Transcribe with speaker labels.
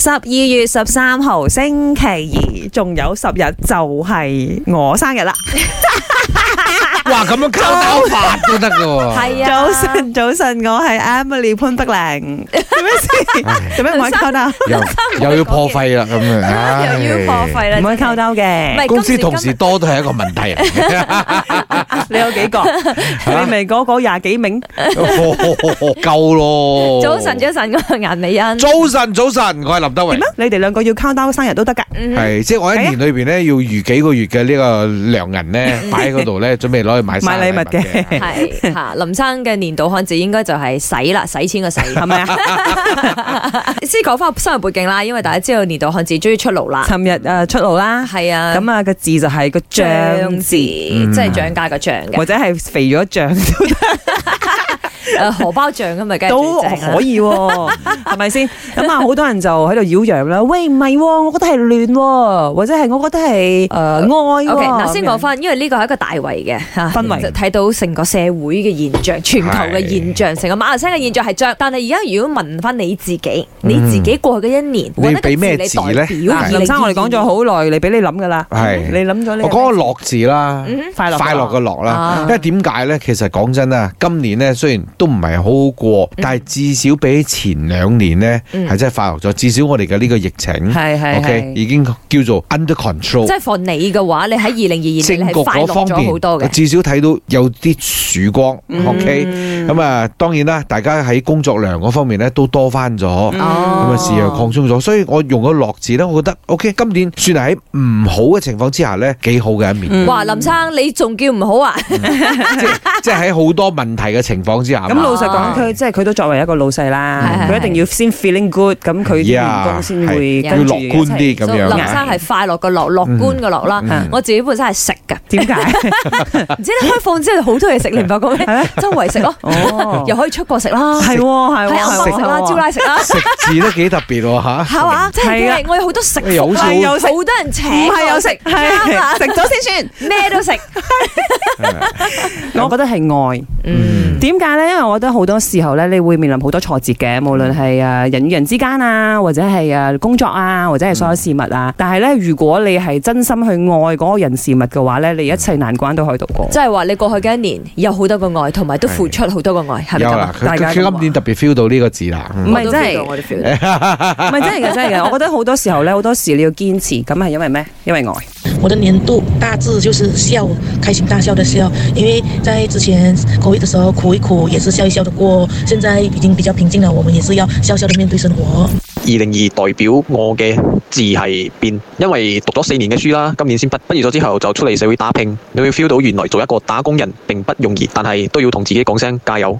Speaker 1: 十二月十三號星期二，仲有十日就係我生日啦！
Speaker 2: 哇，咁樣交刀法都得噶喎。
Speaker 3: 係啊，
Speaker 1: 早晨，早晨，我係 Emily 潘碧玲。做咩事？做咩唔可以溝兜？
Speaker 2: 又又要破費啦，咁樣。唉
Speaker 3: 又要破費啦，
Speaker 1: 哎唔可以溝兜
Speaker 3: 唔
Speaker 1: 嘅。
Speaker 3: 係
Speaker 2: 公司同事多都係一個問題嚟嘅。
Speaker 1: 啊你有 幾個？你咪嗰個廿幾名？
Speaker 2: 夠咯。
Speaker 3: 早晨，早晨，我係顏美欣。
Speaker 1: 哦
Speaker 2: 早晨，早晨，我係林德榮
Speaker 1: 點。啊？你哋兩個要溝兜生日都得㗎。
Speaker 3: 嗯哼
Speaker 2: 係，即係我一年裏邊咧，要預幾個月嘅呢個糧銀咧，擺喺嗰度 咧，準備攞去買生日
Speaker 1: 買禮物嘅
Speaker 3: 嗯係吓，林生嘅年度漢字應該就係使啦，使 錢嘅使。
Speaker 1: 係咪 啊？
Speaker 3: 先講翻生日背景啦，因為大家知道年度漢字終於出 爐啦。
Speaker 1: 尋日誒出爐啦，
Speaker 3: 係啊，
Speaker 1: 咁嗯啊個字就係個漲
Speaker 3: 漲字，
Speaker 1: 字，
Speaker 3: 即係漲價個漲嘅
Speaker 1: 或。者係肥咗漲。
Speaker 3: 誒荷包漲咁啊咪梗
Speaker 1: 都
Speaker 3: 係最正
Speaker 1: 可
Speaker 3: 啦。
Speaker 1: 以喎， 係咪先？咁啊，好多人就喺度擾攘啦。喂，唔係喎，我覺得係亂喎，或者係我覺得係誒愛喎。
Speaker 3: OK，嗱
Speaker 1: 咁
Speaker 3: 先
Speaker 1: 樣
Speaker 3: 講翻，因為呢個係一個大圍嘅嚇
Speaker 1: 氛圍
Speaker 3: 啊就睇到成個社會嘅現象、全球嘅現象、成個馬來西亞嘅現象係漲。但係而家如果問翻你自己，你自己過去嘅一年，
Speaker 2: 嗯你
Speaker 3: 揾一個
Speaker 2: 俾咩
Speaker 3: 你
Speaker 2: 字呢
Speaker 3: 代表
Speaker 1: 嗱
Speaker 3: 二零
Speaker 1: 林生，我哋講
Speaker 3: 二二
Speaker 1: 咗好耐，你俾你諗噶啦，
Speaker 2: 係
Speaker 1: 你諗咗呢
Speaker 2: 我講個樂字啦，
Speaker 1: 快樂
Speaker 2: 快樂嘅樂啦
Speaker 3: 嗯啊，
Speaker 2: 因為點解咧？其實講真啊，今年咧雖然都唔係好好過，但係至少比起前兩年咧
Speaker 3: 嗯
Speaker 2: 係真係快樂咗。至少我哋嘅呢個疫情
Speaker 1: 係係
Speaker 2: ，OK
Speaker 1: 係
Speaker 2: 已經叫做 under control
Speaker 3: 即。係 for 你嘅話，你喺二零二二
Speaker 2: 政
Speaker 3: 年
Speaker 2: 局
Speaker 3: 係快
Speaker 2: 嗰
Speaker 3: 樂
Speaker 2: 方
Speaker 3: 咗好多
Speaker 2: 面，
Speaker 3: 嘅。嗯
Speaker 2: 至少睇到有啲曙光。OK，咁啊，當然啦，大家喺工作量嗰方面咧都多翻咗，咁啊
Speaker 3: 哦
Speaker 2: 事又擴鬆咗，所以我用個樂字咧，我覺得 OK，今年算係喺唔好嘅情況之下咧，幾好嘅一面。
Speaker 1: 嗯
Speaker 3: 哇，林生你仲叫唔好啊？
Speaker 2: 即即係喺好多問題嘅情況之下，
Speaker 1: 咁老實講，
Speaker 3: 啊
Speaker 1: 佢即係佢都作為一個老細啦，
Speaker 3: 係係
Speaker 1: 佢一定要先 feeling good，咁佢啲員工先會
Speaker 3: 係
Speaker 2: 要
Speaker 1: 跟住
Speaker 2: 樂觀啲咁
Speaker 3: 所以林
Speaker 2: 樣
Speaker 3: 生係快樂嘅樂，樂觀嘅樂啦。
Speaker 2: 嗯
Speaker 3: 我自己本身係食㗎，
Speaker 1: 點 解？
Speaker 3: 唔知你開放之後好多嘢食，你唔發覺咩？
Speaker 2: 啊
Speaker 3: 周圍食 咯，
Speaker 1: 哦，
Speaker 3: 又可以出國食啦，啊
Speaker 1: 係喎，係喎，
Speaker 3: 喺
Speaker 1: 係
Speaker 3: 暗
Speaker 1: 喎
Speaker 3: 房食啦，招拉食啦。
Speaker 2: 啊食字啊都幾特別喎嚇。
Speaker 3: 係嘛？即係
Speaker 1: 係啊
Speaker 3: 佢係我有好多食
Speaker 2: 有
Speaker 3: 服啦，
Speaker 2: 數
Speaker 3: 好多人請
Speaker 1: 唔係有
Speaker 3: 我
Speaker 1: 食，
Speaker 3: 食，
Speaker 1: 係
Speaker 3: 啱啊
Speaker 1: 食咗先算。
Speaker 3: 咩都食。
Speaker 1: 我覺得係愛。
Speaker 3: 嗯，
Speaker 1: 點解呢？因為我覺得好多時候咧，你會面臨好多挫折嘅，無論係誒人與人之間啊，或者係誒工作啊，或者係所有事物啊。但係咧，如果你係真心去愛嗰個人事物嘅話咧，你一切難關都可以度過。
Speaker 3: 即係話你過去嘅一年有好多個愛，同埋都付出好多個愛，係咪
Speaker 2: 有
Speaker 3: 咁
Speaker 2: 啦
Speaker 3: 啊，？
Speaker 2: 佢
Speaker 1: 大家
Speaker 2: 佢
Speaker 1: 咁
Speaker 2: 佢
Speaker 1: 話
Speaker 2: 今年特別 feel 到呢個字啦。
Speaker 1: 唔
Speaker 2: 嗯
Speaker 1: 係真係
Speaker 3: 我都 feel 到我都 feel 到
Speaker 1: 唔係真係嘅，真係嘅。我覺得好多時候咧，好多時你要堅持，咁係因為咩？因為愛。
Speaker 4: 我的年度大致就是笑，开心大笑的笑，因为在之前 COVID 的时候苦一苦，也是笑一笑的过。现在已经比较平静了，我们也是要笑笑的面对生活。
Speaker 5: 二零二代表我嘅字係變，因為讀咗四年嘅書啦，今年先畢畢業咗之後就出嚟社會打拼，你會 feel 到原來做一個打工人並不容易，但係都要同自己講聲加油。